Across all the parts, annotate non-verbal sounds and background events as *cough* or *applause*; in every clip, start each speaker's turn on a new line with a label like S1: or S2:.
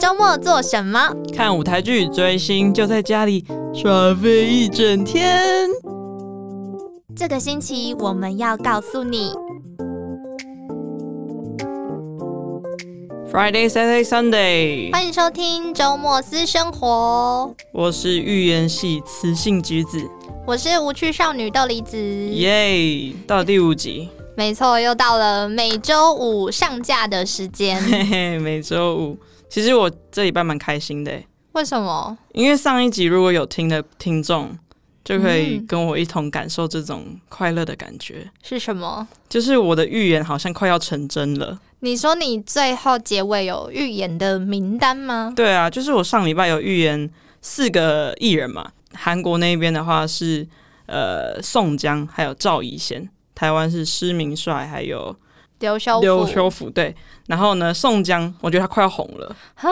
S1: 周末做什么？
S2: 看舞台剧、追星，就在家里耍废一整天。
S1: 这个星期我们要告诉你。
S2: Friday, Saturday, Sunday，
S1: 欢迎收听周末私生活，
S2: 我是预言系雌性橘子，
S1: 我是无趣少女豆梨子。
S2: 耶！到第五集，
S1: 没错，又到了每周五上架的时间。
S2: *laughs* 嘿嘿，每周五。其实我这礼拜蛮开心的，
S1: 为什么？
S2: 因为上一集如果有听的听众，就可以
S1: 嗯
S2: 跟我一同感受这种快乐的感觉。
S1: 是什么？
S2: 就是我的预言好像快要成真了。
S1: 你说你最后结尾有预演的名单吗？
S2: 对啊，就是我上礼拜有预言四个艺人嘛，韩国那边的话是呃宋江，还有赵以贤，台湾是施明帅，还有
S1: 刘修
S2: 刘
S1: 复
S2: 修福。对，然后呢，宋江我觉得他快要红了，
S1: 哈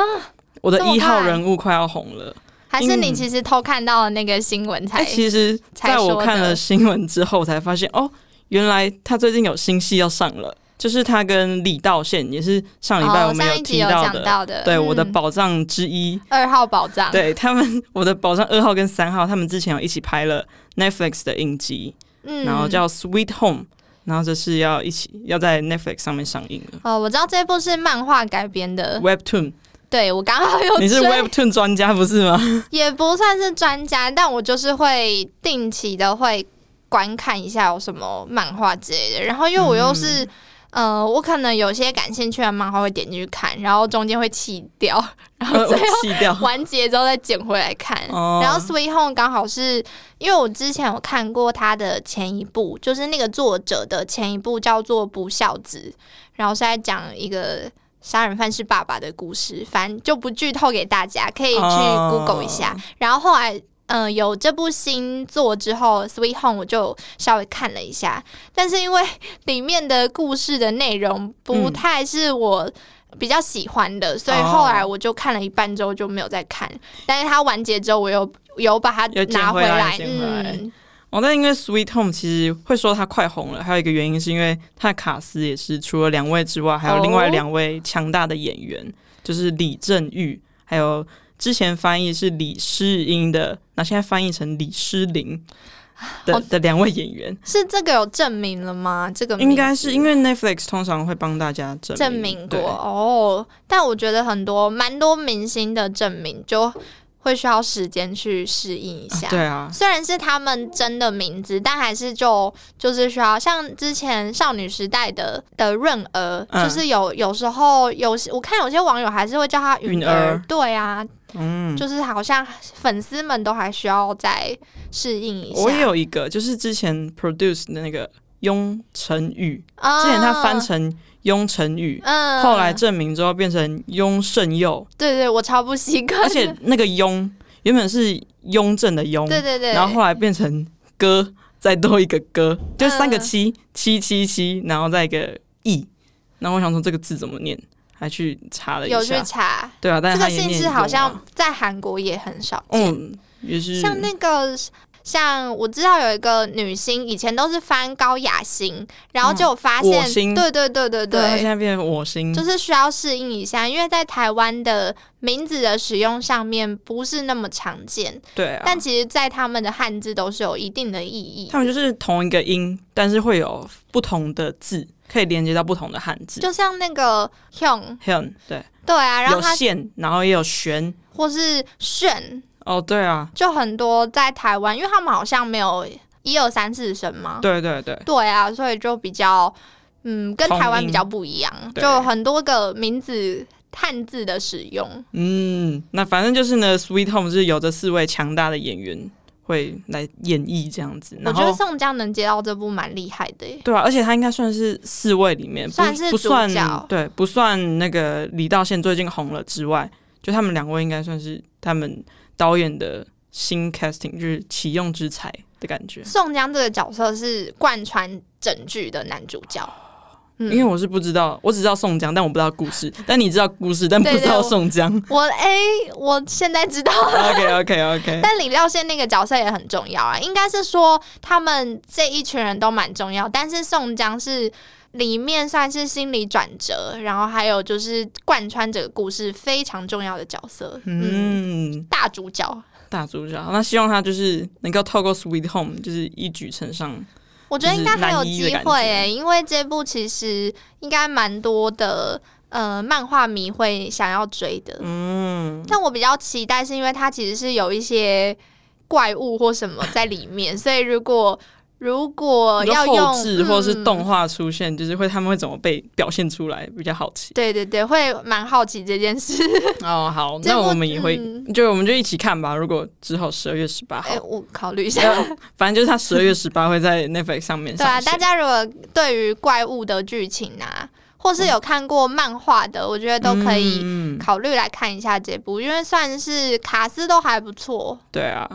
S2: 我的
S1: 这么
S2: 一号
S1: 快
S2: 人物快要红了。
S1: 还是你
S2: 嗯
S1: 其实偷看到那个新闻才
S2: 哎，？其实
S1: 才
S2: 在我
S1: 说
S2: 看
S1: 的
S2: 了新闻之后，才发现哦，原来他最近有新戏要上了。就是他跟李道宪也是上礼拜我
S1: 哦，
S2: 们
S1: 上一集
S2: 提
S1: 有
S2: 到
S1: 讲
S2: 的，
S1: 到的，
S2: 对、我的
S1: 嗯
S2: 宝藏之一，
S1: 二号宝藏，
S2: *laughs* 对他们，我的宝藏二号跟三号，他们之前有一起拍了 Netflix 的影集，
S1: 嗯
S2: 然后叫 Sweet Home，然后这是要一起要在 Netflix 上面上映了。
S1: 哦，我知道这部是漫画改编的，
S2: Webtoon，
S1: 对我刚好有
S2: 你是
S1: 追
S2: Webtoon 专家不是
S1: *laughs*
S2: 吗？
S1: 也不算是专家，但我就是会定期的会观看一下有什么漫画之类的。然后因为我又是、
S2: 嗯
S1: 呃，我可能有些感兴趣的漫画会点进去看，然后中间会弃掉，然后
S2: 呃
S1: 最
S2: 我
S1: 后
S2: 弃掉。
S1: 完结之后再捡回来看。
S2: 哦
S1: 然后《Sweet Home》刚好是因为我之前有看过他的前一部，就是那个作者的前一部叫做《不孝子》，然后是在讲一个杀人犯是爸爸的故事，反正就不剧透给大家，可以去
S2: 哦
S1: Google 一下。然后后来。嗯，有这部新作之后，《Sweet Home》我就稍微看了一下，但是因为 *laughs* 里面的故事的内容不
S2: 嗯
S1: 太是我比较喜欢的，所以
S2: 哦
S1: 后来我就看了一半之后就没有再看。但是它完结之后，我有有把它
S2: 又捡
S1: 拿
S2: 回来
S1: 来，
S2: 捡回来
S1: 嗯，
S2: 哦，但因为 Sweet Home 其实会说它快红了，还有一个原因是因为它的卡斯也是除了两位之外，还有另外
S1: 哦
S2: 两位强大的演员，就是李正玉，还有之前翻译是李诗英的，那现在翻译成李诗玲的
S1: 好
S2: 的两位演员，
S1: 是这个有证明了吗？这个
S2: 应该是因
S1: 为
S2: 为 Netflix 通常会帮大家证
S1: 证
S2: 明
S1: 明
S2: 对
S1: 过哦，但我觉得很多蛮多明星的证明就会需要时间去适应一下。
S2: 啊对啊，
S1: 虽然是他们真的名字，但还是就就是需要像之前少女时代的的润儿，
S2: 嗯
S1: 就是有有时候有我看有些网友还是会叫她
S2: 允
S1: 儿
S2: 儿，
S1: 对啊，
S2: 嗯，
S1: 就是好像粉丝们都还需要再适应一下。
S2: 我也有一个，就是之前 produce 的那个雍成宇，
S1: 啊，
S2: 之前他翻成雍成宇，
S1: 嗯
S2: 后来证明之后变成雍胜佑，
S1: 对 *laughs* 对，我超不习惯，
S2: 而且那个雍原本是雍正的雍，
S1: 对对对，
S2: 然后后来变成哥，再多一个哥，就三
S1: 嗯
S2: 个七、七七七，然后再一个义。然后我想说这个字怎么念，还去查了
S1: 有
S2: 一
S1: 去
S2: 下，
S1: 查，
S2: 对啊，但
S1: 这个
S2: 是他也
S1: 姓
S2: 念
S1: 氏
S2: 雍
S1: 好
S2: 啊
S1: 像在韩国也很少见。
S2: 嗯也是
S1: 哎像那个，像我知道有一个女星，以前都是翻高雅星，然后就有发
S2: 嗯我
S1: 现，
S2: 星
S1: 对对对对
S2: 对，他现
S1: 对，
S2: 在变成我嗯心，
S1: 就是需要适应一下，因为在台湾的名字的使用上面不是那么常见，
S2: 对啊，
S1: 但其实，在他们的汉字都是有一定的意义
S2: 他。们就是同一个音，但是会有不同的字，可以连接到不同的汉字。
S1: 就像那个 hyung，
S2: 很对，
S1: 对啊，然后
S2: 有
S1: 它
S2: 线，然后也有旋。
S1: 或是炫，
S2: 哦，对啊，
S1: 就很多在台湾，因为他们好像没有一二三四声嘛，
S2: 对对对，
S1: *laughs* 对啊，所以就比较，嗯，跟
S2: 同
S1: 台湾
S2: 音
S1: 比较不一样，就
S2: 对
S1: 有很多个名字汉字的使用。
S2: 嗯，那反正就是呢，Sweet Home 是有着四位强大的演员会来演绎这样子，
S1: 我
S2: 然
S1: 觉得
S2: 后
S1: 宋江能接到这部蛮厉害的耶，
S2: 对啊，而且他应该算是四位里面不
S1: 算是
S2: 不
S1: 主
S2: 算
S1: 角
S2: 对，不算那个李道宪最近红了之外，就他们两位应该算是他们导演的新 casting，就是启用之才的感觉。
S1: 宋江这个角色是贯穿整剧的男主角。嗯
S2: 因为我是不知道，我只知道宋江，但我不知道故事。但你知道故事，但不
S1: 对对
S2: 知道
S1: 我
S2: 宋江。
S1: *laughs* 我哎、我现在知道
S2: *laughs* OK OK
S1: *laughs*
S2: OK。
S1: 但李廖宪那个角色也很重要啊，应该是说他们这一群人都蛮重要，但是宋江是里面算是心理转折，然后还有就是贯穿整个故事非常重要的角色，嗯，
S2: 嗯，
S1: 大主角。
S2: 大主角，那希望他就是能够透过 Sweet Home 就是一举乘上。
S1: 我觉得应该还有
S2: 就是
S1: 机
S2: 男一的
S1: 会
S2: 感觉
S1: 诶、因为这部其实应该蛮多的呃漫画迷会想要追的。
S2: 嗯，
S1: 但我比较期待是因为它其实是有一些怪物或什么在里面，所以如果如果
S2: 比较
S1: 哦要
S2: 后置
S1: 用
S2: 或者是
S1: 嗯
S2: 动画出现，就是会他们会怎么被表现出来，比较好奇。
S1: 对对对，会蛮好奇这件事。
S2: 哦，好，
S1: 这
S2: 那
S1: 部
S2: 我们也会，
S1: 嗯
S2: 就我们就一起看吧。如果之后十二月十八号
S1: 哎、，我考虑一下。
S2: 反正就是他十二月十八会在 Netflix 上面
S1: 对啊，
S2: 上
S1: 大
S2: 线。
S1: 家如果对于怪物的剧情啊，或是有看过漫画的，我觉得都可以
S2: 嗯，
S1: 考虑来看一下这部，因为算是卡斯都还不错。
S2: 对啊。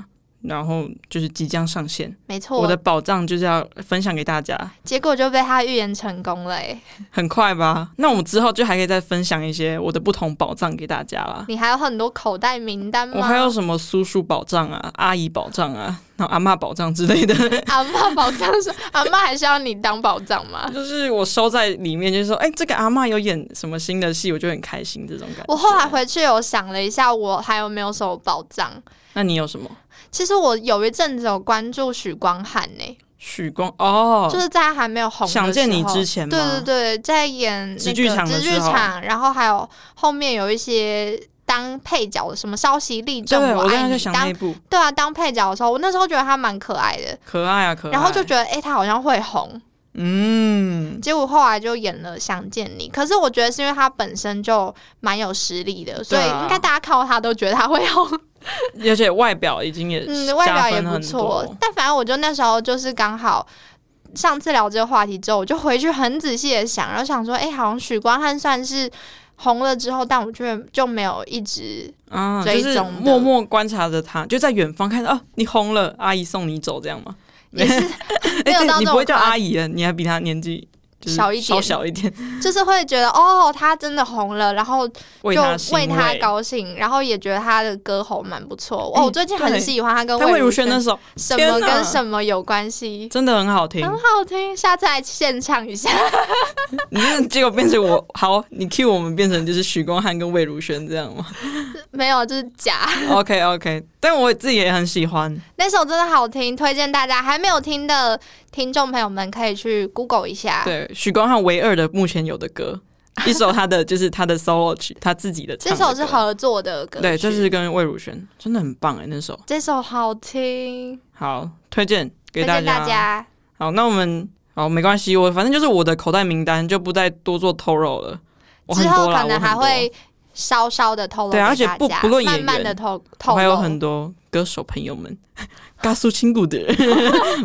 S2: 然后就是即将上线，
S1: 没错，
S2: 我的宝藏就是要分享给大家，
S1: 结果就被他预言成功了、哎，
S2: 很快吧？那我们之后就还可以再分享一些我的不同宝藏给大家啦。
S1: 你还有很多口袋名单吗？
S2: 我还有什么叔叔宝藏啊、阿姨宝藏啊、然后阿嬷宝藏之类
S1: *laughs*
S2: 的，
S1: *laughs* 阿妈宝藏是 *laughs* 阿妈还是要你当宝藏
S2: *laughs*
S1: 吗？
S2: 就是我收在里面，就是说，哎、这个阿嬷有演什么新的戏，我就很开心这种感觉。
S1: 我后来，回去有想了一下，我还有没有什么宝藏？
S2: 那你有什么？
S1: 其实我有一阵子有关注许光汉呢、
S2: 许光哦，
S1: 就是在他还没有红的时候，
S2: 想见你之前吗
S1: 对对对，在演那
S2: 直
S1: 个
S2: 剧场的
S1: 直
S2: 时
S1: 剧
S2: 候
S1: 场，然后还有后面有一些当配角的，什么稍息立正，
S2: 对我刚
S1: 爱
S2: 刚
S1: 你
S2: 就想那
S1: 当
S2: 一部
S1: 对啊，当配角的时候，我那时候觉得他蛮可爱的，
S2: 可爱啊，可爱。
S1: 然后就觉得哎、诶他好像会红，
S2: 嗯，
S1: 结果后来就演了《想见你》，可是我觉得是因为他本身就蛮有实力的，所以
S2: 对啊
S1: 应该大家看到他都觉得他会红，
S2: 而且外表已经也
S1: 嗯，外表也
S2: 呃加分
S1: 不
S2: 很
S1: 错
S2: 多。。
S1: 但反正我就那时候就是刚好上次聊这个话题之后，我就回去很仔细的想，然后想说，哎、好像许光汉算是红了之后，但我却就没有一直
S2: 啊，就
S1: 追
S2: 是
S1: 踪的
S2: 默默观察着他，就在远方看到哦，你红了，阿姨送你走这样吗？
S1: 也是
S2: *laughs*
S1: 没
S2: 哎、
S1: 有
S2: 对
S1: 到
S2: 你
S1: 这
S2: 不会
S1: 种
S2: 叫
S1: 夸
S2: 阿姨了，你还比她年纪就是
S1: 小一
S2: 稍
S1: 点
S2: 小一点， *laughs*
S1: 就是会觉得哦，他真的红了，然后
S2: 为
S1: 就
S2: 她欣
S1: 为他
S2: 慰。
S1: 高兴，然后也觉得他的歌喉蛮不错。
S2: 哎
S1: 哦，我最近很
S2: 对
S1: 喜欢他跟
S2: 她魏如
S1: 如
S2: 萱那首
S1: 什
S2: 天
S1: 么
S2: 哪
S1: 跟什么有关系，
S2: 真的很好听
S1: 很，好听，下次来现唱一下。
S2: 你看结果变
S1: *laughs*
S2: 成我好，你 cue 我们变成就是许光汉跟魏如萱这样吗
S1: 没有，就是假。
S2: ？OK OK，但我自己也很喜欢，
S1: 那首真的好听，推荐大家还没有听的听众朋友们可以去 Google 一下。
S2: 对许光汉唯二的目前有的歌，一首他的就是他的 solo 曲，他自己的唱
S1: 这
S2: 的
S1: 首是
S2: 歌
S1: 合作的歌曲，
S2: 对，就是跟魏如萱，真的很棒哎，那首
S1: 这首好听，
S2: 好推荐给
S1: 推
S2: 大
S1: 荐
S2: 家。
S1: 大家。
S2: 好，那我们好没关系，我反正就是我的口袋名单就不再多做透露了。我很
S1: 之
S2: 多
S1: 后
S2: 啦
S1: 可能还。会稍稍的透露
S2: 对
S1: 给
S2: 而
S1: 大
S2: 且
S1: 家，
S2: 不不论
S1: 慢
S2: 演
S1: 慢
S2: 员
S1: 的透
S2: 我
S1: 透露，
S2: 还有很多歌手朋友们，嘎苏亲骨的 *laughs* 人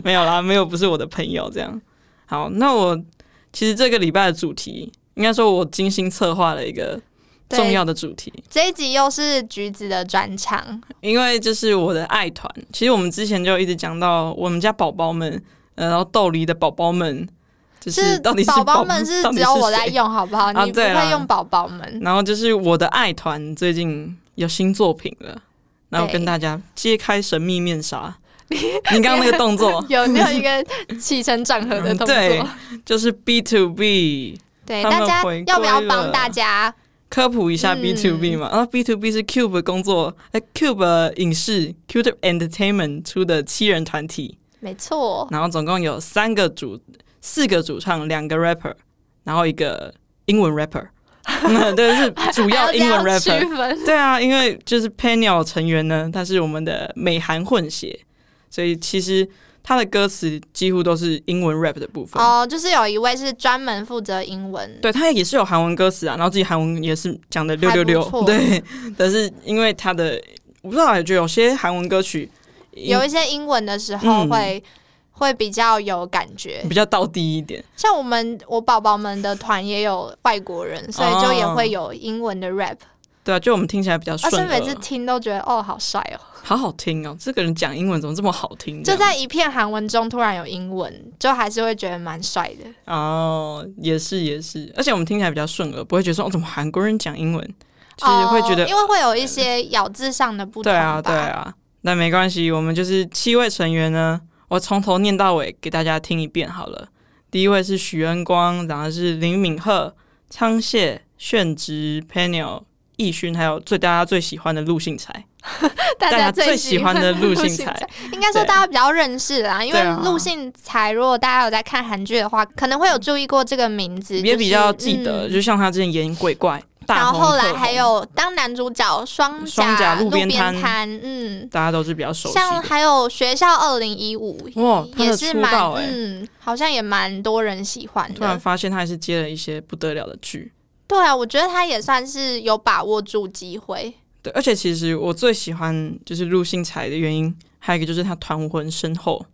S2: 没有啦，没有不是我的朋友这样。好，那我其实这个礼拜的主题，应该说我精心策划了一个
S1: 对
S2: 重要的主题，
S1: 这一集又是橘子的专场，
S2: 因为就是我的爱团，其实我们之前就一直讲到我们家宝宝们，呃，然后豆梨的宝宝们，就是到底是
S1: 宝宝们是
S2: 到底
S1: 只有我
S2: 谁
S1: 在用，好不好？
S2: 啊
S1: 你不
S2: 对啦嗯
S1: 会用宝宝们，
S2: 然后就是我的爱团最近有新作品了，然后
S1: 对
S2: 跟大家揭开神秘面纱。你刚刚那个动作
S1: 有没有一个起承转 *laughs* 合的动作？
S2: 嗯对就是 B to B
S1: 对，
S2: 他们
S1: 大家
S2: 回归
S1: 要不要
S2: 了
S1: 帮大家？
S2: 科普一下
S1: 嗯
S2: B to B 嘛，然后 B to B 是 Cube 工作，哎，Cube 影视 Cube Entertainment 出的七人团体，
S1: 没错，
S2: 然后总共有三个主、四个主唱，两个 rapper，然后一个英文 rapper，对，
S1: *laughs*
S2: 嗯是主要
S1: 还这
S2: 英文
S1: 样
S2: rapper
S1: 区。分。
S2: 对啊，因为就是 Panel 成员呢，他是我们的美韩混血，所以其实他的歌词几乎都是英文 rap 的部分。
S1: 哦，就是有一位是专门负责英文，
S2: 对他也是有韩文歌词啊，然后自己韩文也是讲的六六
S1: 还不
S2: 六，
S1: 错
S2: 对。 *laughs* 但是因为他的我不知道，啊就有些韩文歌曲
S1: 有一些英文的时候
S2: 嗯
S1: 会、会比较有感觉。
S2: 比较到低一点，
S1: 像我们我宝宝们的团也有外国人，所以就也会有英文的 rap，、
S2: 对啊，就我们听起来比较
S1: 而
S2: 哦顺
S1: 且
S2: 耳，
S1: 每次听都觉得哦好帅哦，
S2: 好好听哦。这个人讲英文怎么这么好听这
S1: 就
S2: 样？
S1: 在一片韩文中突然有英文，就还是会觉得蛮帅的。
S2: 哦，也是也是，而且我们听起来比较顺耳，不会觉得说哦，怎么韩国人讲英文，就是会觉得
S1: 哦因为会有一些咬字上的不同
S2: 对
S1: 吧
S2: 啊，对啊，那没关系，我们就是七位成员呢，我从头念到尾给大家听一遍好了。第一位是许恩光，然后是林敏赫、仓蟹、炫植、Panel、易勋，还有最大家最喜欢的陆信才。
S1: 大
S2: 家
S1: 家
S2: 最喜
S1: 喜
S2: 欢的陆
S1: 陆
S2: 信
S1: 信
S2: 才，
S1: 应该说
S2: 对啊
S1: 大家比较认识啦，因
S2: 对
S1: 为
S2: 啊
S1: 陆信才，如果大家有在看韩剧的话，可能会有注意过这个名字，
S2: 也比较记
S1: 就是
S2: 得，
S1: 嗯
S2: 就像他之前演鬼怪，
S1: 然
S2: 大
S1: 后
S2: 红
S1: 后来
S2: 特
S1: 还
S2: 红
S1: 有当男主角双
S2: 双甲路
S1: 路
S2: 边
S1: 边
S2: 摊
S1: 摊，嗯，
S2: 大家都是比较熟悉
S1: 像
S2: 的。
S1: 还有学校二零一五，
S2: 哇，他
S1: 也
S2: 的
S1: 是
S2: 出
S1: 蛮、
S2: 道哎、
S1: 嗯，好像也蛮多人喜欢
S2: 突然
S1: 的。
S2: 发现他也是接了一些不得了的剧。
S1: 对啊，我觉得他也算是有把握住机会。
S2: 对，而且其实我最喜欢就是陆信才的原因，还有一个就是他团魂深厚，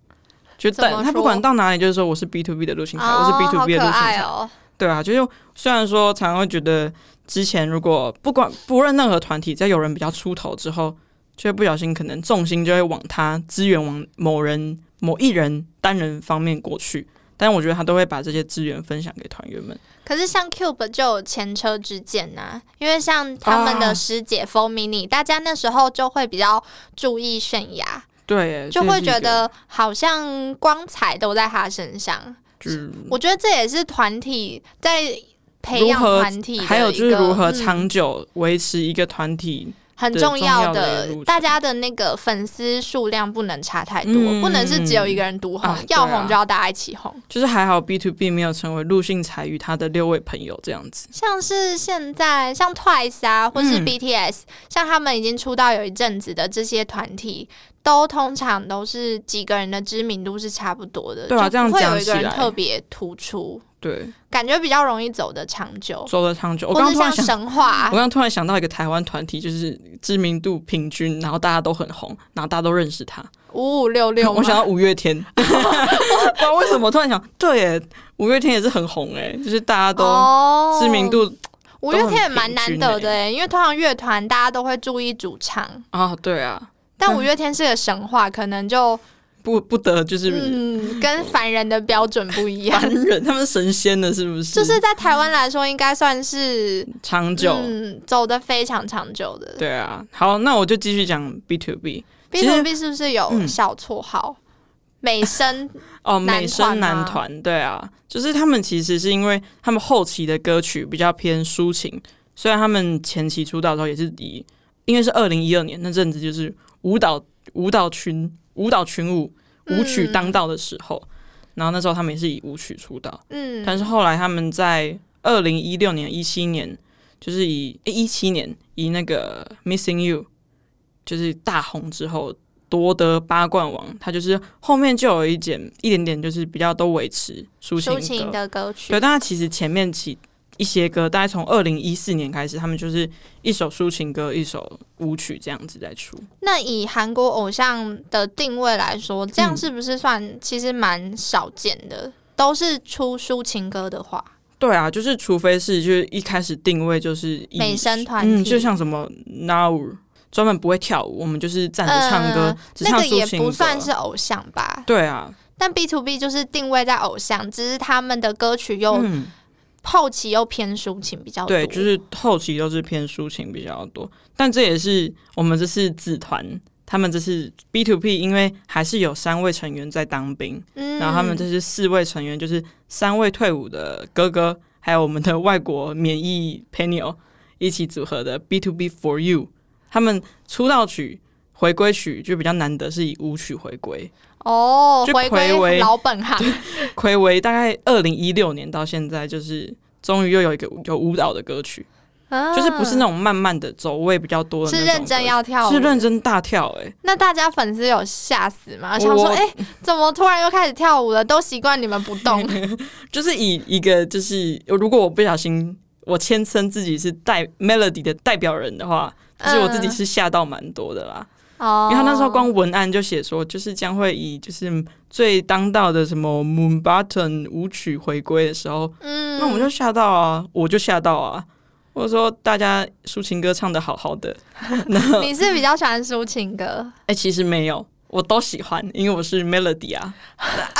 S2: 就
S1: 怎么
S2: 带他不
S1: 说
S2: 管到哪里，就是说我是 B to B 的陆信才，我是
S1: 哦
S2: B to B 的
S1: 好
S2: 陆
S1: 可
S2: 信
S1: 爱
S2: 才，
S1: 哦。
S2: 对啊，就是虽然说常常会觉得之前如果不管不论任何团体，在有人比较出头之后，就会不小心可能重心就会往他资源往某人某一人单人方面过去，但我觉得他都会把这些资源分享给团员们。
S1: 可是像 Cube 就有前车之鉴呐、因为像他们
S2: 啊
S1: 的师姐 f o Mini，、大家那时候就会比较注意泫雅，
S2: 对耶，
S1: 就
S2: 这
S1: 会
S2: 是一
S1: 觉
S2: 个
S1: 得好像光彩都在她身上。
S2: 就是
S1: 我觉得这也是团体在培
S2: 如
S1: 养
S2: 何
S1: 团体的一个，
S2: 还有就是如何
S1: 嗯
S2: 长久维持一个团体，
S1: 很
S2: 对
S1: 重要
S2: 重要的路程
S1: 大家的那个粉丝数量不能差太多，
S2: 嗯
S1: 不能是只有一个人独红，
S2: 啊
S1: 要
S2: 对啊
S1: 红就要大家一起红。
S2: 就是还好 B to B 没有成为陆信才与他的六位朋友这样子。
S1: 像是现在像 Twice 啊，或是
S2: 嗯
S1: BTS，、像他们已经出道有一阵子的这些团体，都通常都是几个人的知名度是差不多的，
S2: 对啊
S1: 就
S2: 这样
S1: 不会
S2: 讲
S1: 有一个
S2: 起
S1: 人
S2: 来
S1: 特别突出，
S2: 对，
S1: 感觉比较容易走得长久，
S2: 走的长久。我
S1: 或
S2: 刚刚
S1: 是
S2: 突然
S1: 像
S2: 想，
S1: 神
S2: 我
S1: 话
S2: 刚。刚突然想到一个台湾团体，就是知名度平均，然后大家都很红，然后大家都认识他。
S1: 五五六六吗，
S2: 我想到五月天， *laughs* 不知道为什么突然想，对耶，五月天也是很红哎，就是大家都
S1: 哦
S2: 知名度
S1: 五月
S2: 都很
S1: 天也蛮
S2: 平
S1: 难
S2: 均
S1: 得
S2: 欸
S1: 的、欸，因为通常乐团大家都会注意主唱，
S2: 啊，对啊，
S1: 但
S2: 嗯
S1: 五月天是个神话，可能就
S2: 不不得就是
S1: 嗯，跟凡人的标准不一样
S2: *laughs* 凡。人，他们是神仙的是不是？
S1: 就是在台湾来说，应该算是
S2: 嗯长久。
S1: 嗯，走的非常长久的。
S2: 对啊，好，那我就继续讲 B to B
S1: B
S2: 其实
S1: to B 是不是有
S2: 嗯
S1: 小绰号？美
S2: *laughs*
S1: 声
S2: 哦，
S1: 男
S2: 美声
S1: 团
S2: 男
S1: 吗
S2: 团，对啊，就是他们其实是因为他们后期的歌曲比较偏抒情，虽然他们前期出道的时候也是以，应该是二零一二年那阵子就是舞蹈舞蹈群舞蹈群舞舞曲
S1: 嗯
S2: 当道的时候，然后那时候他们也是以舞曲出道，
S1: 嗯，
S2: 但是后来他们在二零一六年、一七年，就是以一七、17年以那个《Missing You》就是大红之后，夺得八冠王，他就是后面就有一点一点点，就是比较都维持抒情
S1: 抒
S2: 歌。
S1: 情的歌曲
S2: 对，，但他其实前面几一些歌，大概从二零一四年开始，他们就是一首抒情歌，一首舞曲这样子在出。
S1: 那以韩国偶像的定位来说，这样
S2: 嗯
S1: 是不是算其实蛮少见的？都是出抒情歌的话，
S2: 对啊，就是除非是就是一开始定位就是以
S1: 美声团体
S2: 嗯，就像什么 Now 专门不会跳舞，我们就是站着唱歌，
S1: 呃
S2: 只
S1: 那
S2: 唱
S1: 个
S2: 抒
S1: 也
S2: 情歌。
S1: 不算是偶像吧？
S2: 对啊，
S1: 但 B to B 就是定位在偶像，只是他们的歌曲又、
S2: 嗯，
S1: 后期又偏抒情比较多。
S2: 对，就是后期都是偏抒情比较多，但这也是我们这次子团，他们这次 B to P，因为还是有三位成员在当兵，
S1: 嗯
S2: 然后他们这是四位成员，就是三位退伍的哥哥，还有我们的外国免疫 Penio 一起组合的 B to B for You，他们出道曲、回归曲就比较难得是以舞曲回归，
S1: 哦，
S2: 就
S1: 回
S2: 暌违
S1: 归老本行，
S2: 暌违大概二零一六年到现在，就是终于又有一个有舞蹈的歌曲，
S1: 啊
S2: 就是不是那种慢慢的走位比较多的那
S1: 是
S2: 种
S1: 认真
S2: 歌
S1: 要跳舞，
S2: 是认。真大跳哎、欸
S1: 那大家粉丝有吓死吗？想说，
S2: 我
S1: 哎、怎么突然又开始跳舞了？都习惯你们不动，
S2: 就是以一个就是如果我不小心我谦称自己是代 melody 的代表人的话， *laughs* 就是我自己是吓到蛮多的啦。
S1: 嗯哦
S2: 因为他那时候光文案就写说，就是将会以就是最当道的什么 Moon Button 舞曲回归的时候，
S1: 嗯，
S2: 那我
S1: *laughs*
S2: 们就吓到啊，我就吓到啊。或者说大家抒情歌唱的好好的，嗯
S1: 你是比较喜欢抒情歌，
S2: 哎、其实没有，我都喜欢，因为我是 melody
S1: *laughs*
S2: 啊。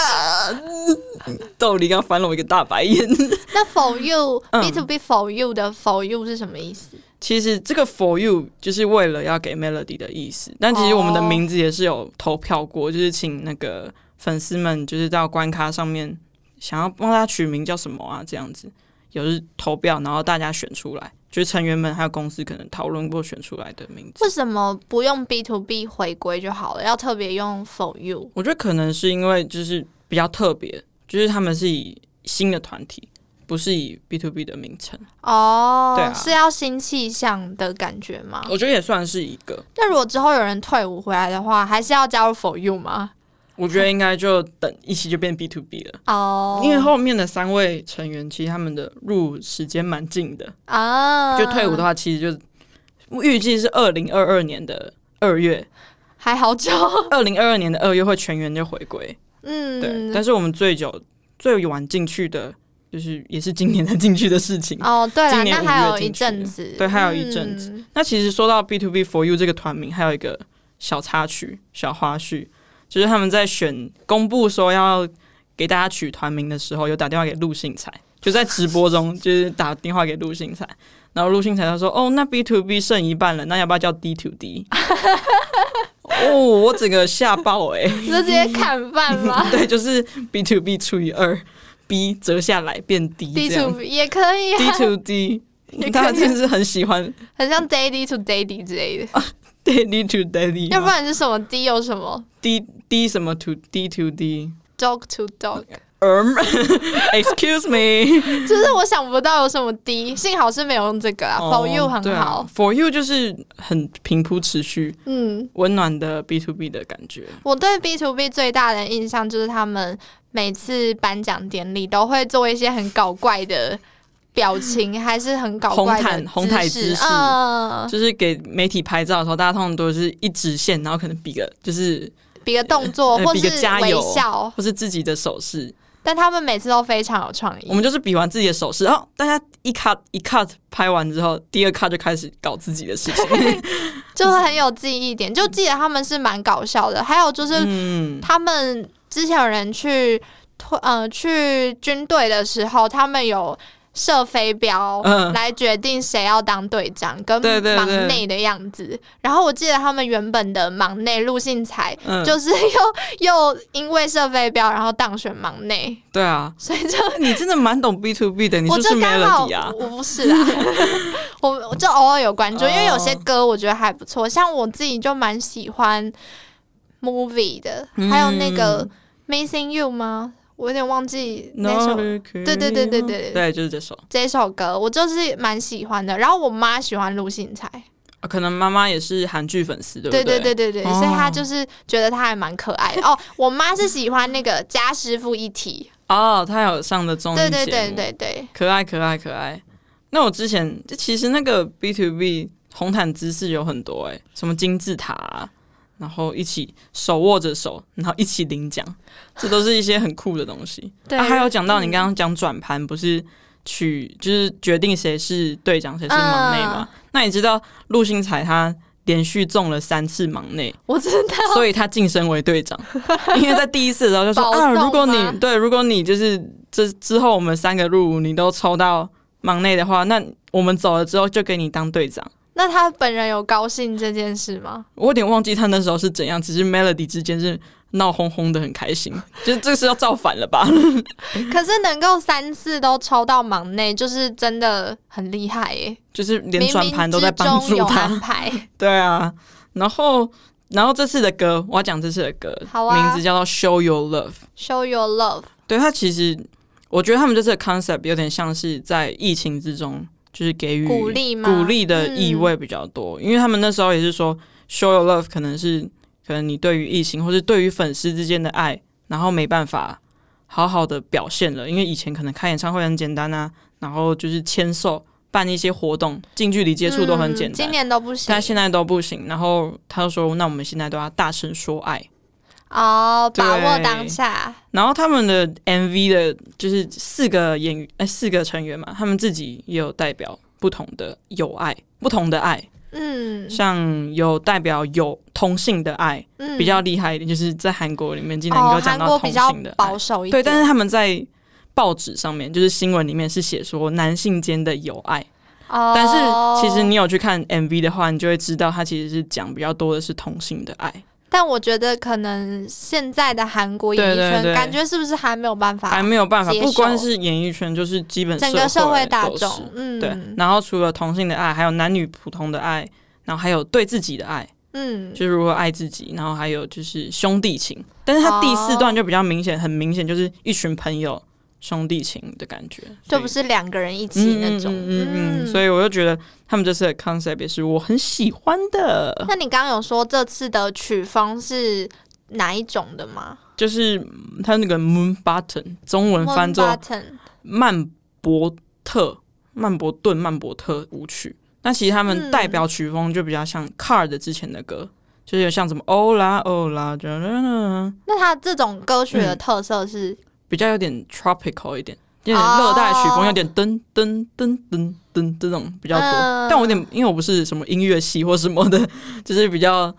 S1: 啊
S2: *laughs* 豆梨刚翻了我一个大白眼。
S1: 那 For You、
S2: 嗯
S1: B to B For You 的 For You 是什么意思？
S2: 其实这个 for you 就是为了要给 melody 的意思，但其实我们的名字也是有投票过，就是请那个粉丝们就是到关卡上面想要帮他取名叫什么啊？这样子，有是投票，然后大家选出来，就是成员们还有公司可能讨论过选出来的名字。
S1: 为什么不用 B to B 回归就好了？要特别用 For You？
S2: 我觉得可能是因为就是比较特别，就是他们是以新的团体，不是以 B to B 的名称。
S1: 哦、
S2: 对啊
S1: 是要新气象的感觉吗？
S2: 我觉得也算是一个，
S1: 那如果之后有人退伍回来的话，还是要加入 For You 吗？
S2: 我觉得应该就等一期就变 B to B 了。
S1: 哦、
S2: 因为后面的三位成员，其实他们的入伍时间蛮近的，
S1: 啊，
S2: 就退伍的话，其实就预计是二零二二年的二月，
S1: 嗯还好久，
S2: 二零二二年的二月会全员就回归。
S1: *laughs* 嗯，
S2: 对，但是我们最久最晚进去的，就是也是今年才进去的事情。
S1: 哦，对啦，
S2: 今年
S1: 那还
S2: 五
S1: 有
S2: 月进
S1: 一
S2: 去
S1: 阵子，
S2: 对还有一阵子
S1: 嗯
S2: 那其实说到 B to B for you 这个团名，还有一个小插曲、小花絮，就是他们在选公布说要给大家取团名的时候，有打电话给陆信才，就在直播中就是打电话给陆信才，然后陆信才他说：“哦，那 B to B 剩一半了，那要不要叫 D to
S1: *laughs*
S2: D？” 哦，我整个吓爆哎、
S1: 你就直接砍半
S2: *laughs*
S1: 吗
S2: 对，就是 B to B 除以二，B 折下来变 D
S1: ？D
S2: 这
S1: to
S2: 样
S1: B 也可以、啊，
S2: D to D，
S1: 也可以
S2: 他真是很喜欢
S1: *laughs* 很像 Daddy to Daddy 之类
S2: 哦
S1: 的，
S2: Daily to Daily，
S1: 要不然是什么 D 有什么
S2: D D 什么 to D to D。 *laughs*
S1: Dog to Dog，
S2: 嗯，Excuse me，
S1: 就是我想不到有什么 D，幸好是没有用这 *laughs* 个啊、f o r
S2: 哦
S1: You 很
S2: 对
S1: 好
S2: 啊、，For you 就是很平铺持续、
S1: 嗯。
S2: 温暖的 B to B 的感觉。
S1: 我对 B to B 最大的印象就是他们每次颁奖典礼都会做一些很搞怪的表情，还是很搞怪的
S2: 红毯红毯姿势
S1: 嗯，
S2: 就是给媒体拍照的时候，大家通常都是一直线，然后可能比个就是
S1: 比个动作
S2: 呃
S1: 或
S2: 比
S1: 是
S2: 个加
S1: 微
S2: 油
S1: 笑，
S2: 或是自己的手势，
S1: 但他们每次都非常有创
S2: 我
S1: 意。
S2: 们就是比完自己的手势，然后大家一 cut 一 cut 拍完之后，第二 cut 就开始搞自己的事情。
S1: *laughs* 就会很有记忆点，就记得他们是蛮搞笑的。还有就是
S2: 嗯，
S1: 他们之前有人去退呃去军队的时候，他们有射飞镖
S2: 嗯
S1: 来决定谁要当队长跟
S2: 对对对
S1: 忙内的样子。然后我记得他们原本的忙内陆信才。
S2: 嗯
S1: 就是又又因为射飞镖，然后当选忙内，*laughs*
S2: 对啊，
S1: 所以就
S2: 你真的蛮懂 B to B 的，你是
S1: 我
S2: 不是
S1: 就刚好
S2: Melody 啊？
S1: 我不是啊，我 *laughs* 我就偶尔有关注，因为有些
S2: 哦
S1: 歌我觉得还不错，像我自己就蛮喜欢 movie 的，还有那个
S2: 嗯
S1: Missing You 吗？我有点忘记那首
S2: 对
S1: 对对对对
S2: 对，就是这首。
S1: 这首歌，我就是蛮喜欢的。然后我妈喜欢陆信才，
S2: 啊可能妈妈也是韩剧粉丝，对不
S1: 对
S2: 对
S1: 对对对对，
S2: 哦
S1: 所以她就是觉得她还蛮可爱的。哦，我妈是喜欢那个家师傅一体，
S2: 哦，她有上的综艺节
S1: 对
S2: 目，
S1: 对对对对，
S2: 可爱可爱可爱。那我之前这其实那个 B to B 红毯姿势有很多哎、什么金字塔、啊，然后一起手握着手，然后一起领奖，这都是一些很酷的东西。
S1: *laughs* 对嗯
S2: 啊还有讲到你刚刚讲转盘，不是取就是决定谁是队长谁是忙内嘛？
S1: 嗯
S2: 那你知道陆星材他连续中了三次忙内，
S1: 我知道。
S2: *laughs* 所以他晋升为队
S1: *laughs*
S2: 长，因为在第一次的时候就说
S1: 保
S2: 啊，
S1: 送吗
S2: 如果你对，如果你就是这之后我们三个入伍你都抽到忙内的话，那我们走了之后就给你当队长。
S1: 那她本人有高兴这件事吗？
S2: 我有点忘记他那时候是怎样，只是 Melody 之间是闹哄哄的，很开心。就是这是要造反了吧？ *laughs*
S1: *laughs* 可是能够三次都抽到忙内，就是真的很厉害耶！
S2: 就是连
S1: 冥冥
S2: 转
S1: 之
S2: 盘都在帮助
S1: 中有安
S2: 他。
S1: 排。
S2: *laughs* 对啊，然后然后这次的歌，我要讲这次的歌，
S1: 好啊
S2: 名字叫做《Show Your Love》。
S1: Show your love，
S2: 对他其实，我觉得他们这次的 concept 有点像是在疫情之中，就是给予
S1: 鼓励吗嗯
S2: 鼓励的意味比较多，因为他们那时候也是说 show your love，可能是可能你对于疫情或是对于粉丝之间的爱，然后没办法好好的表现了，因为以前可能开演唱会很简单啊，然后就是签售、办一些活动、近距离接触都很简
S1: 嗯
S2: 单
S1: 今。年都不行
S2: 但现在都不行，然后他就说：“那我们现在都要大声说爱。”
S1: 哦，把握
S2: 对
S1: 当下。
S2: 然后他们的 MV 的，就是四个演员，哎，四个成员嘛，他们自己也有代表不同的友爱，不同的爱，
S1: 嗯
S2: 像有代表有同性的爱，
S1: 嗯，
S2: 比较厉害一点，就是在韩国里面竟然能
S1: 哦，
S2: 够讲
S1: 韩
S2: 到
S1: 国
S2: 同
S1: 比较
S2: 性的爱
S1: 保，守一
S2: 对，
S1: 点，
S2: 但是他们在报纸上面，就是新闻里面是写说男性间的友爱，
S1: 哦
S2: 但是其实你有去看 MV 的话，你就会知道他其实是讲比较多的是同性的爱，
S1: 但我觉得可能现在的韩国演艺
S2: 对对
S1: 圈
S2: 对
S1: 感觉是不是还没有办法，
S2: 还没有办法，
S1: 接
S2: 不光
S1: 受
S2: 是演艺圈，就是基本
S1: 整个社
S2: 会
S1: 会大
S2: 都是
S1: 众，嗯，
S2: 对，然后除了同性的爱，还有男女普通的爱，然后还有对自己的爱，
S1: 嗯，
S2: 就是如何爱自己，然后还有就是兄弟情。但是他第四
S1: 哦
S2: 段就比较明显，很明显就是一群朋友兄弟情的感觉，所
S1: 就
S2: 以
S1: 不是两个人一起那种，
S2: 嗯嗯嗯嗯所以我就觉得他们这次的 concept 也是我很喜欢的，
S1: 那你刚刚有说这次的曲风是哪一种的吗？
S2: 就是他那个 moon button 中文翻作
S1: Moon Button
S2: 曼伯特、曼伯顿、曼伯特舞曲。那其实他们
S1: 嗯
S2: 代表曲风就比较像 Car 的之前的歌，就是有像什么欧啦欧啦，这样
S1: 那它这种歌曲的特色是，
S2: 比较有点 tropical 一点，有点热带曲风，
S1: 哦
S2: 有点噔噔噔噔噔这种比较多。
S1: 嗯
S2: 但我有点，因为我不是什么音乐系或什么的， *laughs* 就是比较，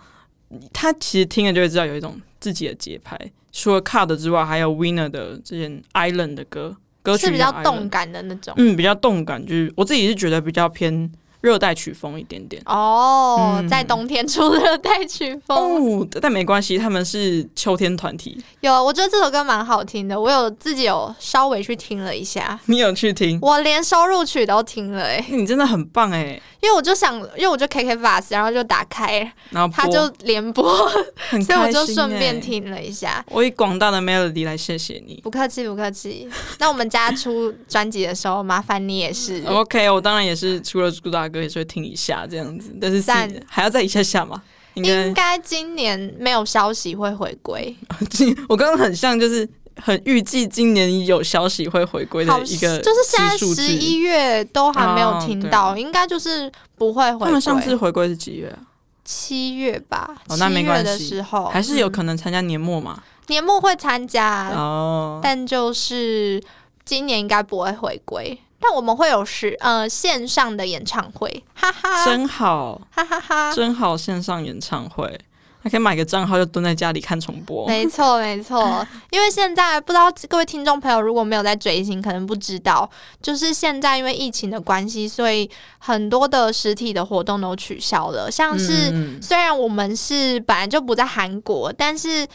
S2: 他其实听了就会知道有一种自己的节拍。除了 Car 的之外，还有 Winner 的之前 Island 的歌，歌曲
S1: 是比较
S2: 叫 Island
S1: 动感的那种。
S2: 嗯，比较动感，就是我自己是觉得比较偏热带曲风一点点。
S1: 哦，
S2: 嗯
S1: 在冬天出热带曲风，
S2: 哦，但没关系，他们是秋天团体，
S1: 有我觉得这首歌蛮好听的，我有自己有稍微去听了一下，
S2: 你有去听？
S1: 我连收录曲都听了哎、欸
S2: 你真的很棒哎、
S1: 因为我就想，因为我就 KK Bus，然后就打开，
S2: 然后
S1: 它
S2: 播
S1: 就连播，
S2: 很
S1: 所以我
S2: 开
S1: 就
S2: 心
S1: 顺便
S2: 欸。
S1: 听了一下。
S2: 我以广大的 melody 来谢谢你。
S1: 不客气，不客气。那我们家出专辑的时候，麻烦你也是。
S2: OK，我当然也是除了朱大哥也是会听一下这样子，但是
S1: 赞
S2: 是还要再一下下嘛。应该
S1: 应该今年没有消息会回归，
S2: *laughs* 我刚刚很像就是很预计今年有消息会回归的
S1: 好
S2: 一个
S1: 就是现在
S2: 指数
S1: 十
S2: 字
S1: 一月都还没有
S2: 哦
S1: 听
S2: 对
S1: 到，应该就是不会回
S2: 他们上次
S1: 归。
S2: 回归是几月啊？
S1: 七月吧，
S2: 哦那没
S1: 七
S2: 关
S1: 月
S2: 系
S1: 的时候
S2: 还是有
S1: 嗯
S2: 可能参加年末嘛？
S1: 年末会参加，
S2: 哦，
S1: 但就是今年应该不会回归。但我们会有实呃线上的演唱会，哈哈，
S2: 真好，
S1: 哈哈哈。
S2: 真好，线上演唱会，还可以买个账号就蹲在家里看重播。
S1: 没错，没错，因为现在不知道各位听众朋友如果没有在追星，可能不知道，就是现在因为疫情的关系，所以很多的实体的活动都取消了。像是、
S2: 嗯
S1: 虽然我们是本来就不在韩国，但是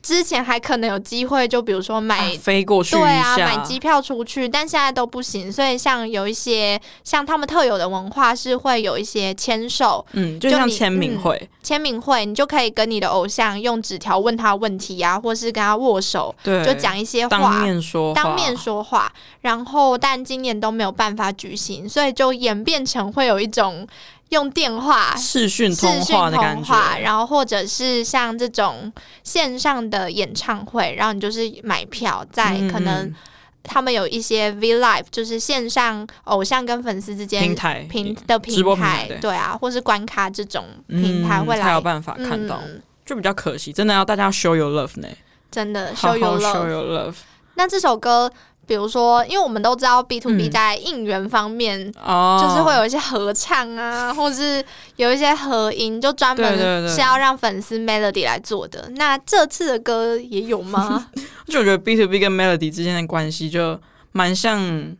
S1: 之前还可能有机会，就比如说买、
S2: 啊飞过去一
S1: 对啊，
S2: 下，
S1: 买机票出去，但现在都不行。所以像有一些像他们特有的文化是会有一些签售，
S2: 嗯，就
S1: 就
S2: 像
S1: 你
S2: 签名会，
S1: 签名会，你就可以跟你的偶像用纸条问他问题啊，或是跟他握手，
S2: 对，
S1: 就讲一些话，
S2: 当面说话，
S1: 当面说话。然后，但今年都没有办法举行，所以就演变成会有一种用电话。
S2: 视讯
S1: 视
S2: 通
S1: 讯
S2: 话的感
S1: 通话，
S2: 觉。
S1: 然后或者是像这种线上的演唱会，然后你就是买票，在
S2: 嗯
S1: 可能
S2: 嗯
S1: 他们有一些 V Live，就是线上偶像跟粉丝之间
S2: 平台
S1: 平的平台，
S2: 直播平台对
S1: 对啊，或是关卡这种平台
S2: 嗯
S1: 会
S2: 才
S1: 来
S2: 有办法看到，
S1: 嗯
S2: 就比较可惜，真的要大家 show your love 呢
S1: 真的
S2: 好
S1: show
S2: 好
S1: your love。
S2: show your love
S1: 那这首歌，比如说，因为我们都知道 B to B
S2: 嗯
S1: 在应援方面。
S2: 哦，
S1: 就是会有一些合唱
S2: *laughs*
S1: 啊，或是有一些合音，就专
S2: 对对
S1: 门
S2: 对
S1: 是要让粉丝 melody 来做的。那这次的歌也有
S2: *laughs*
S1: 吗？
S2: 就我觉得 B to B 跟 Melody 之间的关系就蛮像，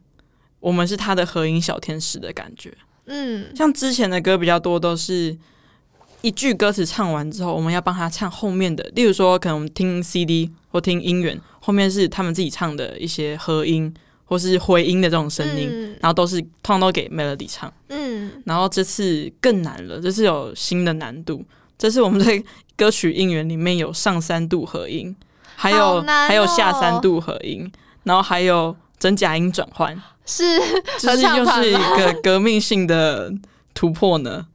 S2: 我们是他的合影小天使的感觉。
S1: 嗯，
S2: 像之前的歌比较多都是一句歌词唱完之后，我们要帮他唱后面的，例如说可能我们听 CD 或听音源，后面是他们自己唱的一些合音或是回音的这种声音，
S1: 嗯
S2: 然后都是通通都给 Melody 唱。
S1: 嗯，
S2: 然后这次更难了，这次有新的难度，这次我们在歌曲应援里面有上三度合音，还有、
S1: 好难哦
S2: 还有下三度合音，然后还有真假音转
S1: *laughs*
S2: 换，
S1: 是
S2: 就
S1: 合
S2: 是
S1: 唱
S2: 又
S1: 团
S2: 是一
S1: 吗 *laughs*
S2: 个革命性的突破呢。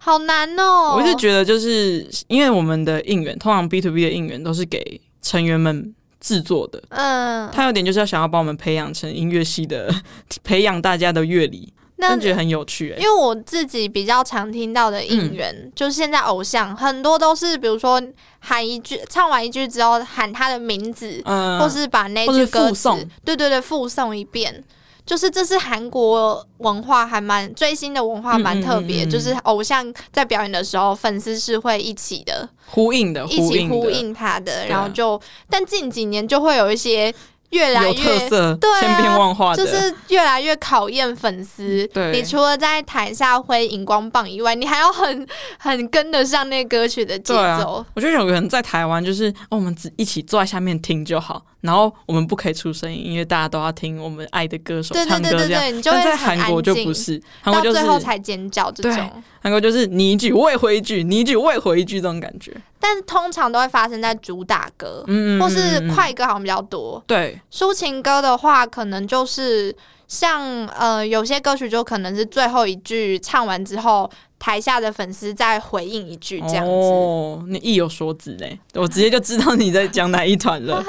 S1: 好难哦。
S2: 我是觉得，就是因为我们的应援，通常 B to B 的应援都是给成员们制作的，
S1: 嗯，
S2: 他有点就是要想要把我们培养成音乐系的， *laughs* 培养大家的乐理，
S1: 那
S2: 真觉得很有趣、欸
S1: 因。为我自己比较常听到的应援，
S2: 嗯
S1: 就是现在偶像很多都是，比如说喊一句，唱完一句之后喊他的名字，
S2: 嗯，
S1: 或是把那
S2: 或是
S1: 句歌
S2: 附
S1: 词
S2: 送，
S1: 对对对，附送一遍。就是这是韩国文化还蛮最新的文化，
S2: 嗯
S1: 蛮
S2: 嗯
S1: 特
S2: 嗯
S1: 别。
S2: 嗯
S1: 就是偶像在表演的时候，粉丝是会一起的，
S2: 呼应的，
S1: 一起
S2: 的
S1: 呼应他的。
S2: 啊
S1: 然后就，但近几年就会有一些越来
S2: 有特
S1: 越
S2: 色、
S1: 对啊
S2: 千变万化的，嗯
S1: 就是越来越考验粉丝。
S2: 对
S1: 你除了在台下挥荧光棒以外，你还要很 *laughs* 很跟得上那歌曲的节
S2: 对啊
S1: 奏。
S2: 我觉得有个人在台湾，就是、哦、我们只一起坐在下面听就好，然后我们不可以出声音，因为大家都要听我们爱的歌手
S1: 对对
S2: 啊唱歌
S1: 对对
S2: 这样。
S1: 对，你就会
S2: 但在
S1: 很
S2: 韩国
S1: 安
S2: 就
S1: 静
S2: 不是，韩
S1: 到
S2: 国就
S1: 最
S2: 是
S1: 后才尖叫这种
S2: 对。韩国就是你一句我也回一句，你一句我也回一句这种感觉。
S1: 但是通常都会发生在主打歌，
S2: 嗯，
S1: 或是
S2: 嗯嗯嗯
S1: 快歌好像比较多。
S2: 对
S1: 抒情歌的话，可能就是像呃有些歌曲就可能是最后一句唱完之后，台下的粉丝再回应一句这样子。
S2: 哦，你意有所指嘞，我直接就知道你在讲哪一团
S1: *laughs*
S2: 了。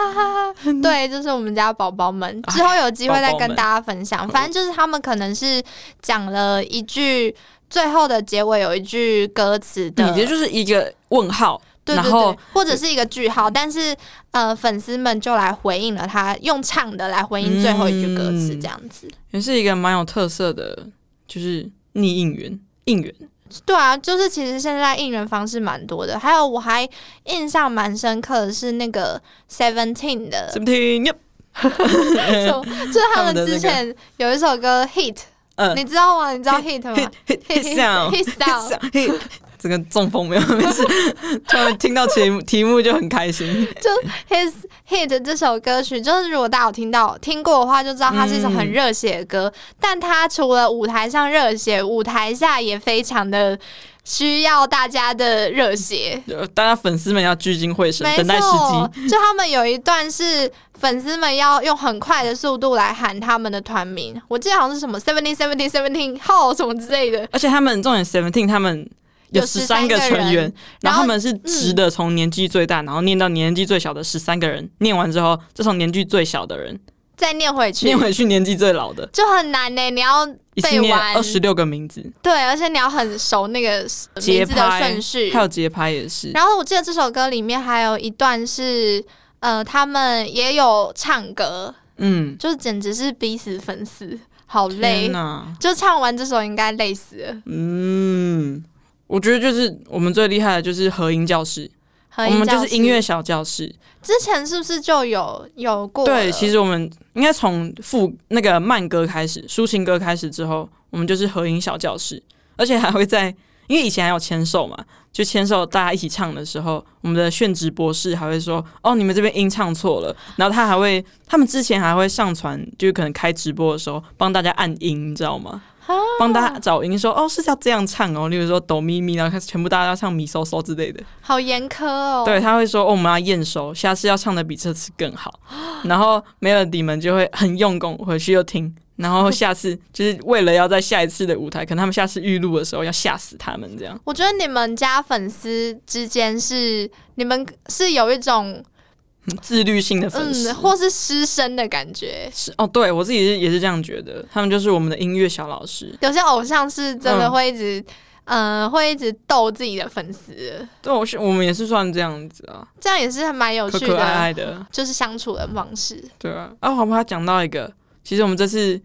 S1: 对，就是我们家宝宝们，之后有机会再
S2: 啊宝宝
S1: 跟
S2: 们
S1: 大家分享。反正就是他们可能是讲了一句，最后的结尾有一句歌词
S2: 你
S1: 的，
S2: 这嗯就是一个问号，
S1: 对对
S2: 然
S1: 对
S2: 后，
S1: 或者是一个句号，但是呃，粉丝们就来回应了他，用唱的来回应最后一句歌词，
S2: 嗯
S1: 这样子。
S2: 也是一个蛮有特色的，就是逆应援应援。
S1: 对啊，就是其实现在应援方式蛮多的，还有我还印象蛮深刻的是那个 Seventeen 的
S2: 是，不听？Yep
S1: 什么 *laughs* 就是他
S2: 他
S1: 们
S2: 们的
S1: 之
S2: 那个
S1: 前有一首歌 Hit，
S2: 嗯
S1: 你知道吗？你知道啊 Hit 吗
S2: hit hit sound
S1: Hit Sound，
S2: 想嘿，整个中风没有没
S1: *laughs*
S2: 事，突然听到题目题目就很开心。
S1: 就 His Hit 这首歌曲，就是如果大家有听到听过的话，就知道它是一首
S2: 嗯
S1: 很热血的歌。但它除了舞台上热血，舞台下也非常的需要大家的热血。
S2: 就大家粉丝们要聚精会神，
S1: 没
S2: 等待时
S1: 错
S2: 机。，
S1: 就他们有一段是粉丝们要用很快的速度来喊他们的团名，我记得好像是什么 seventeen seventeen seventeen 号什么之类的，
S2: 而且他们重点 Seventeen 他们有
S1: 有
S2: 十
S1: 13
S2: 三个
S1: 个人
S2: 成员，
S1: 然
S2: 然
S1: 后嗯
S2: 后他们是直的从年纪最大，然后念到年纪最小的十三个人，念完之后再从年纪最小的人
S1: 再念回去
S2: 念回去年纪最老的，
S1: 就很难呢、你要
S2: 一次
S1: 背
S2: 念
S1: 完
S2: 二十六个名字，
S1: 对，而且你要很熟那个名
S2: 节
S1: 字的
S2: 拍
S1: 顺序，
S2: 还有节拍也是。
S1: 然后我记得这首歌里面还有一段是，呃，他们也有唱歌，
S2: 嗯，
S1: 就是简直是逼死粉丝，好
S2: 天
S1: 累。
S2: 哪，
S1: 就唱完这首应该累死了。
S2: 嗯，我觉得就是我们最厉害的就是合音教室，
S1: 合
S2: 我们
S1: 教
S2: 就是
S1: 室
S2: 音乐小教室。
S1: 之前是不是就有有过了？
S2: 对，其实我们应该从副那个慢歌开始，抒情歌开始之后，我们就是合音小教室，而且还会在，因为以前还有签售嘛，就签售大家一起唱的时候，我们的炫直博士还会说：“哦，你们这边音唱错了。”然后他还会，他们之前还会上传，就是可能开直播的时候帮大家按音，你知道吗？帮大家找音说：“哦，是要这样唱哦。”例如说哆咪咪，然后开始全部大家要唱咪嗦嗦之类的。
S1: 好严苛哦。
S2: 对，他会说、哦、我们要验收，下次要唱的比这次更
S1: *gasps*
S2: 好。然后 Melody 们就会很用功，回去又听。然后下次就是为了要在下一次的舞台，可能他们下次预录的时候要吓死他们这样。
S1: 我觉得你们家粉丝之间是你们是有一种
S2: 自律性的粉丝、
S1: 嗯，或是师生的感觉。
S2: 是哦，对我自己是也是这样觉得，他们就是我们的音乐小老师。
S1: 有些偶像是真的
S2: 嗯
S1: 会一直，嗯、会一直逗自己的粉丝，
S2: 对，我是我们也是算这样子啊，
S1: 这样也是蛮有
S2: 可
S1: 趣的。
S2: 可爱爱的，
S1: 就是相处的方式。
S2: 对啊。啊，我怕讲到一个，其实我们这次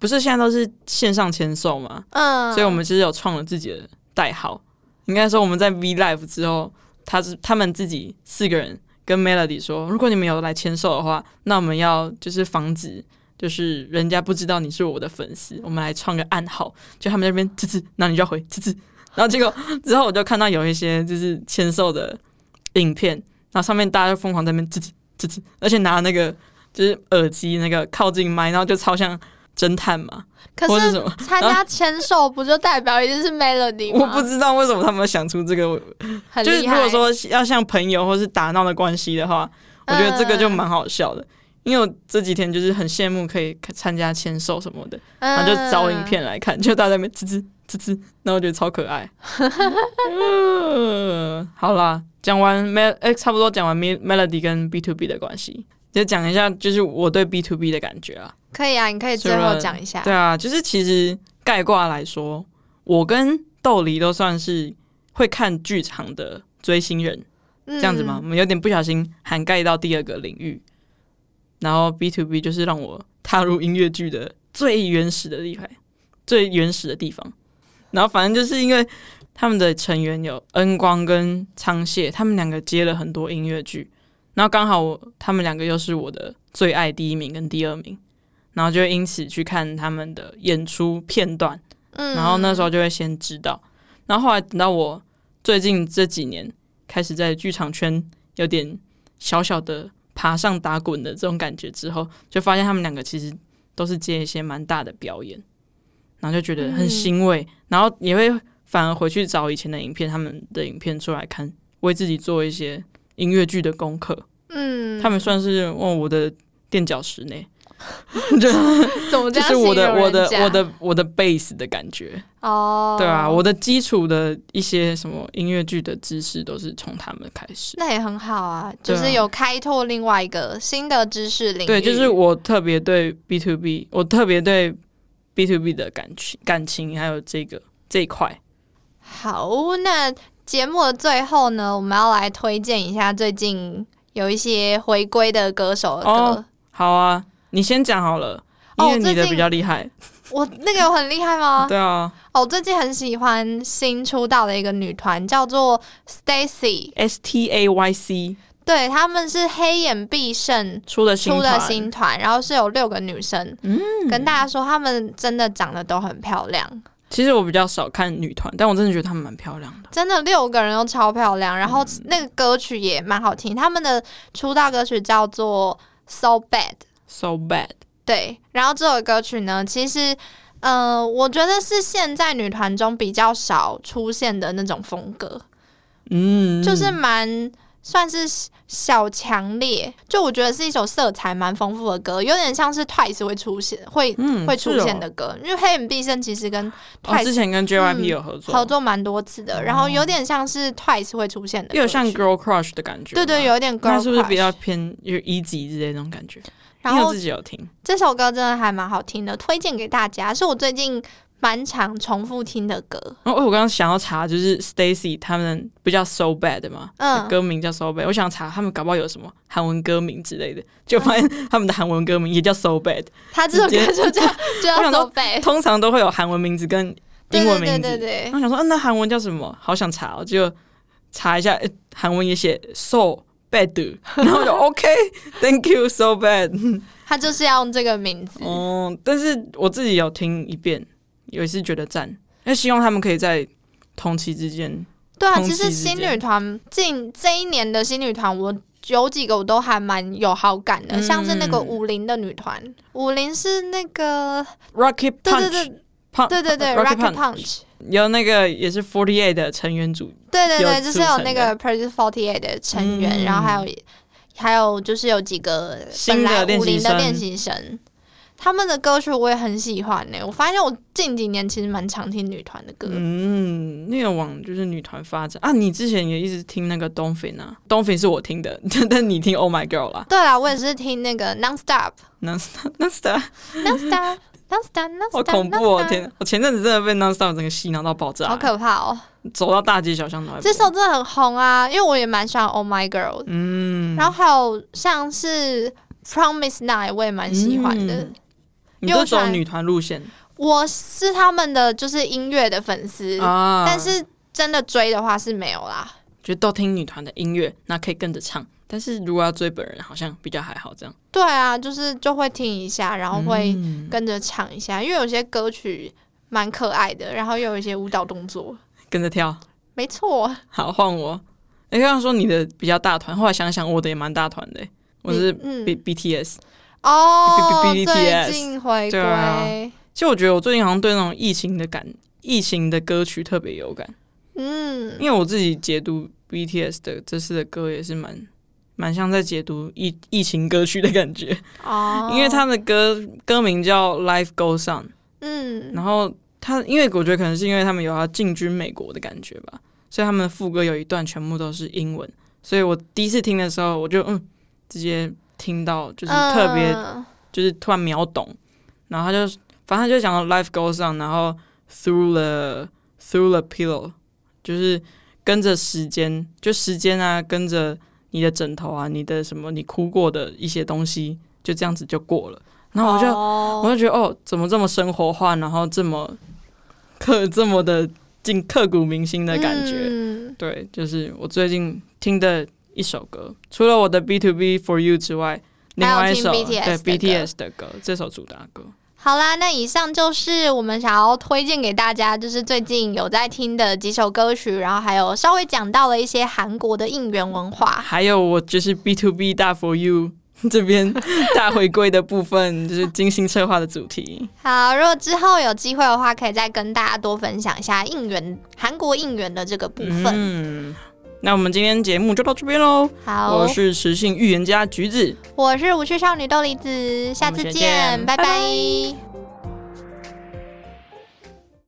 S2: 不是现在都是线上签售嘛，
S1: 嗯，
S2: 所以我们其实有创了自己的代号。应该说我们在 V Live 之后，他是他们自己四个人跟 Melody 说，如果你们有来签售的话，那我们要就是防止。就是人家不知道你是我的粉丝，我们来创个暗号，就他们在那边吱吱，然后你就要回吱吱，然后结果之后我就看到有一些就是签售的影片，然后上面大家就疯狂在那边吱吱吱吱，而且拿那个就是耳机那个靠近麦，然后就超像侦探嘛，
S1: 可
S2: 或是
S1: 是
S2: 什么，
S1: 参加签售不就代表一定是 Melody
S2: 我
S1: 吗？
S2: 不知道为什么他们想出这个，
S1: 很
S2: 就是
S1: 厉
S2: 如
S1: 害。
S2: 果说要像朋友或是打闹的关系的话，我觉得这个就
S1: 嗯
S2: 蛮好笑的。因为我这几天就是很羡慕可以参加签售什么的，
S1: 嗯
S2: 然后就找影，片来看，就大家在那边吱吱吱吱，然后我觉得超可爱。 *laughs* 嗯，好啦，讲完 Mel，哎、差不多讲完 Mel- Melody 跟 B to B 的关系，就讲一下就是我对 B to B 的感觉啊。
S1: 可以啊，你可以最后讲一下。
S2: 对啊，就是其实概括来说，我跟豆梨都算是会看剧场的追星人，
S1: 这
S2: 这样子吗？？我们有点不小心涵盖到第二个领域，然后 B to B 就是让我踏入音乐剧的最原始的地方，最原始的地方。然后反正就是因为他们的成员有恩光跟仓蟹，他们两个接了很多音乐剧，然后刚好我他们两个又是我的最爱第一名跟第二名，然后就会因此去看他们的演出片段，
S1: 嗯，
S2: 然后那时候就会先知道，然后后来等到我最近这几年开始在剧场圈有点小小的爬上打滚的这种感觉之后，就发现他们两个其实都是接一些蛮大的表演，然后就觉得很欣慰，
S1: 嗯
S2: 然后也会反而回去找以前的影片，他们的影片出来看，为自己做一些音乐剧的功课。
S1: 嗯，
S2: 他们算是哦我的垫脚石呢，就
S1: 怎么这
S2: 就
S1: 样
S2: 是我的
S1: 形容
S2: 我的
S1: 人家
S2: 我的我的 base 的感觉。
S1: 哦，
S2: 对啊，我的基础的一些什么音乐剧的知识都是从他们开始。
S1: 那也很好啊，
S2: 对
S1: 就
S2: 啊
S1: 是有开拓另外一个新的知识领域，
S2: 对，就是我特别对 B to B，我特别对 B to B 的感情、感情还有这个这一块。
S1: 好，那节目的最后呢，我们要来推荐一下最近有一些回归的歌手的歌。
S2: 哦好啊，你先讲好了，因
S1: 哦
S2: 为你
S1: 最
S2: 的
S1: 近
S2: 比较厉害。
S1: 我那个有很厉害吗？
S2: 对啊
S1: 哦，我最近很喜欢新出道的一个女团，叫做 Stacy，
S2: ，S T A Y C
S1: 对，她们是黑眼必胜
S2: 出的新
S1: 出的
S2: 团
S1: 新团，然后是有六个女生。嗯，跟大家说，她们真的长得都很漂亮。
S2: 其实我比较少看女团，但我真的觉得她们蛮漂亮的。
S1: 真的六个人都超漂亮，然后
S2: 嗯
S1: 那个歌曲也蛮好听。他们的出道歌曲叫做《So Bad》，
S2: So bad，
S1: 对。然后这首歌曲呢，其实，呃，我觉得是现在女团中比较少出现的那种风格，
S2: 嗯，
S1: 就是蛮算是小强烈。就我觉得是一首色彩蛮丰富的歌，有点像是 Twice 会出现会、
S2: 嗯
S1: 会
S2: 是
S1: 出现
S2: 哦
S1: 的歌，因为黑眼必胜其实跟
S2: 哦，之
S1: Twice
S2: 前跟 JYP
S1: 嗯
S2: 有合作，哦
S1: 合作蛮多次的，然后有点像是 Twice 会出现的歌曲，
S2: 又有像 Girl Crush 的感觉吗。
S1: 对对，有一点 girl
S2: 那是不是
S1: crush
S2: 比较偏就是一级之类那种感觉？
S1: 然
S2: 因为我
S1: 后
S2: 自己有听，
S1: 这首歌真的还蛮好听的，推荐给大家，是我最近蛮常重复听的歌。
S2: 然哦后我刚刚想要查，就是 Stacy 他们不叫 So Bad 吗？
S1: 嗯
S2: 歌名叫 So Bad，我想查他们搞不好有什么韩文歌名之类的，就发现他们的韩文歌名也叫 So Bad，
S1: 他这首歌就
S2: *laughs*
S1: 叫就
S2: 我
S1: 叫
S2: 想说
S1: So Bad，
S2: 通常都会有韩文名字跟
S1: 嗯对
S2: 英文
S1: 对
S2: 名
S1: 对
S2: 字。
S1: 对对
S2: 然，后想说，嗯、那韩文叫什么？好想查、哦，就查一下，诶韩文也写 So
S1: *laughs*
S2: Bad，然后我就 OK，Thank、you So Bad。
S1: 他就是要用这个名字。
S2: 哦，但是我自己有听一遍，也是觉得赞。那希望他们可以在同期之间，
S1: 对啊，
S2: 同期
S1: 其实
S2: 之
S1: 新
S2: 间
S1: 女团近这一年的新女团，我有几个我都还蛮有好感的，
S2: 嗯
S1: 像是那个武林的女团，武林是那个
S2: Rocket
S1: 对对
S2: Punch，
S1: 对
S2: Punch，
S1: 对对对
S2: Rocket
S1: Rocket
S2: Punch，
S1: Punch，
S2: 有那个也是 Forty Eight 的成员组，
S1: 对对对，
S2: 有
S1: 就是
S2: 组
S1: 有
S2: 成
S1: 那
S2: 的
S1: 个 Produce Forty Eight 的成员，
S2: 嗯
S1: 然后还有还有就是有几个
S2: 新
S1: 本
S2: 的
S1: 来
S2: 练
S1: 武
S2: 习
S1: 林的
S2: 生
S1: 练习生，他们的歌曲我也很喜欢欸呢、我发现我近几年其实蛮常听女团的歌，
S2: 嗯，那个往就是女团发展啊。你之前也一直听那个 Dolphin 啊，Dolphin 是我听的， *laughs* 但但你听 Oh My Girl 啦，
S1: 对啊，我也是听那个 Non
S2: *laughs*
S1: Stop
S2: 那那是的，
S1: Non Stop Non Stop Non
S2: 好
S1: Stop，
S2: 恐怖哦！
S1: Non-stop
S2: 天，我前阵子真的被 Nonstop 整个洗脑到爆炸，
S1: 好可怕哦！
S2: 走到大街小巷都在播。
S1: 这首真的很红啊，因为我也蛮喜欢 Oh My Girl，的、
S2: 嗯，
S1: 然后还有像是 Promise Night，我也蛮喜欢的。
S2: 嗯你
S1: 因为
S2: 都
S1: 我
S2: 走
S1: 传
S2: 女团路线
S1: 我是他们的就是音乐的粉丝，
S2: 啊，
S1: 但是真的追的话是没有啦。
S2: 就都听女团的音乐，那可以跟着唱。但是如果要追本人，好像比较还好这样。
S1: 对啊，就是就会听一下，然后哦会
S2: 嗯
S1: 跟着唱一下，因为有些歌曲蛮可爱的，然后又有一些舞蹈动作。
S2: 跟着跳。
S1: 没错，
S2: 好，换我。你刚刚说你的比较大团，后来想想我的也蛮大团的、我是
S1: 你嗯
S2: B、BTS。
S1: 哦，
S2: B- B- BTS
S1: 最近回
S2: 对啊
S1: 归，
S2: 其实我觉得我最近好像对那种疫情的感，疫情的歌曲特别有感，
S1: 嗯，
S2: 因为我自己解读 BTS 的这次的歌也是蛮蛮像在解读疫疫情歌曲的感觉，
S1: 哦，
S2: 因为他的歌歌名叫《Life Goes On》。
S1: 嗯
S2: 然后他，因为我觉得可能是因为他们有要进军美国的感觉吧，所以他们的副歌有一段全部都是英文，所以我第一次听的时候，我就嗯，直接听到就是特别，
S1: 嗯
S2: 就是突然秒懂，然后他就反正他就讲到 life goes on，然后 through the through the pillow，就是跟着时间，就时间啊，跟着你的枕头啊，你的什么你哭过的一些东西，就这样子就过了，然后我就。
S1: 哦
S2: 我就觉得哦，怎么这么生活化，然后这么 *laughs* 刻这么的进刻骨铭心的感觉。
S1: 嗯
S2: 对，就是我最近听的一首歌，除了我的 B to B for you 之外，另
S1: 还有
S2: 外一
S1: 听
S2: 首
S1: BTS
S2: 对
S1: 的歌
S2: BTS 的歌，这首主打歌。
S1: 好啦，那以上就是我们想要推荐给大家，就是最近有在听的几首歌曲，然后还有稍微讲到了一些韩国的应援文化。
S2: 还有我就是 B to B 大 for you
S1: *laughs*
S2: 这边大回归的部分，就是精心策划的主题。
S1: 好，如果之后有机会的话，可以再跟大家多分享一下应援韩国应援的这个部分。
S2: 嗯，那我们今天节目就到这边喽。
S1: 好，
S2: 我是实性预言家橘子。
S1: 我是无趣少女豆梨子，下次
S2: 我们
S1: 见，
S2: 下次见
S1: 拜
S2: 拜
S1: 拜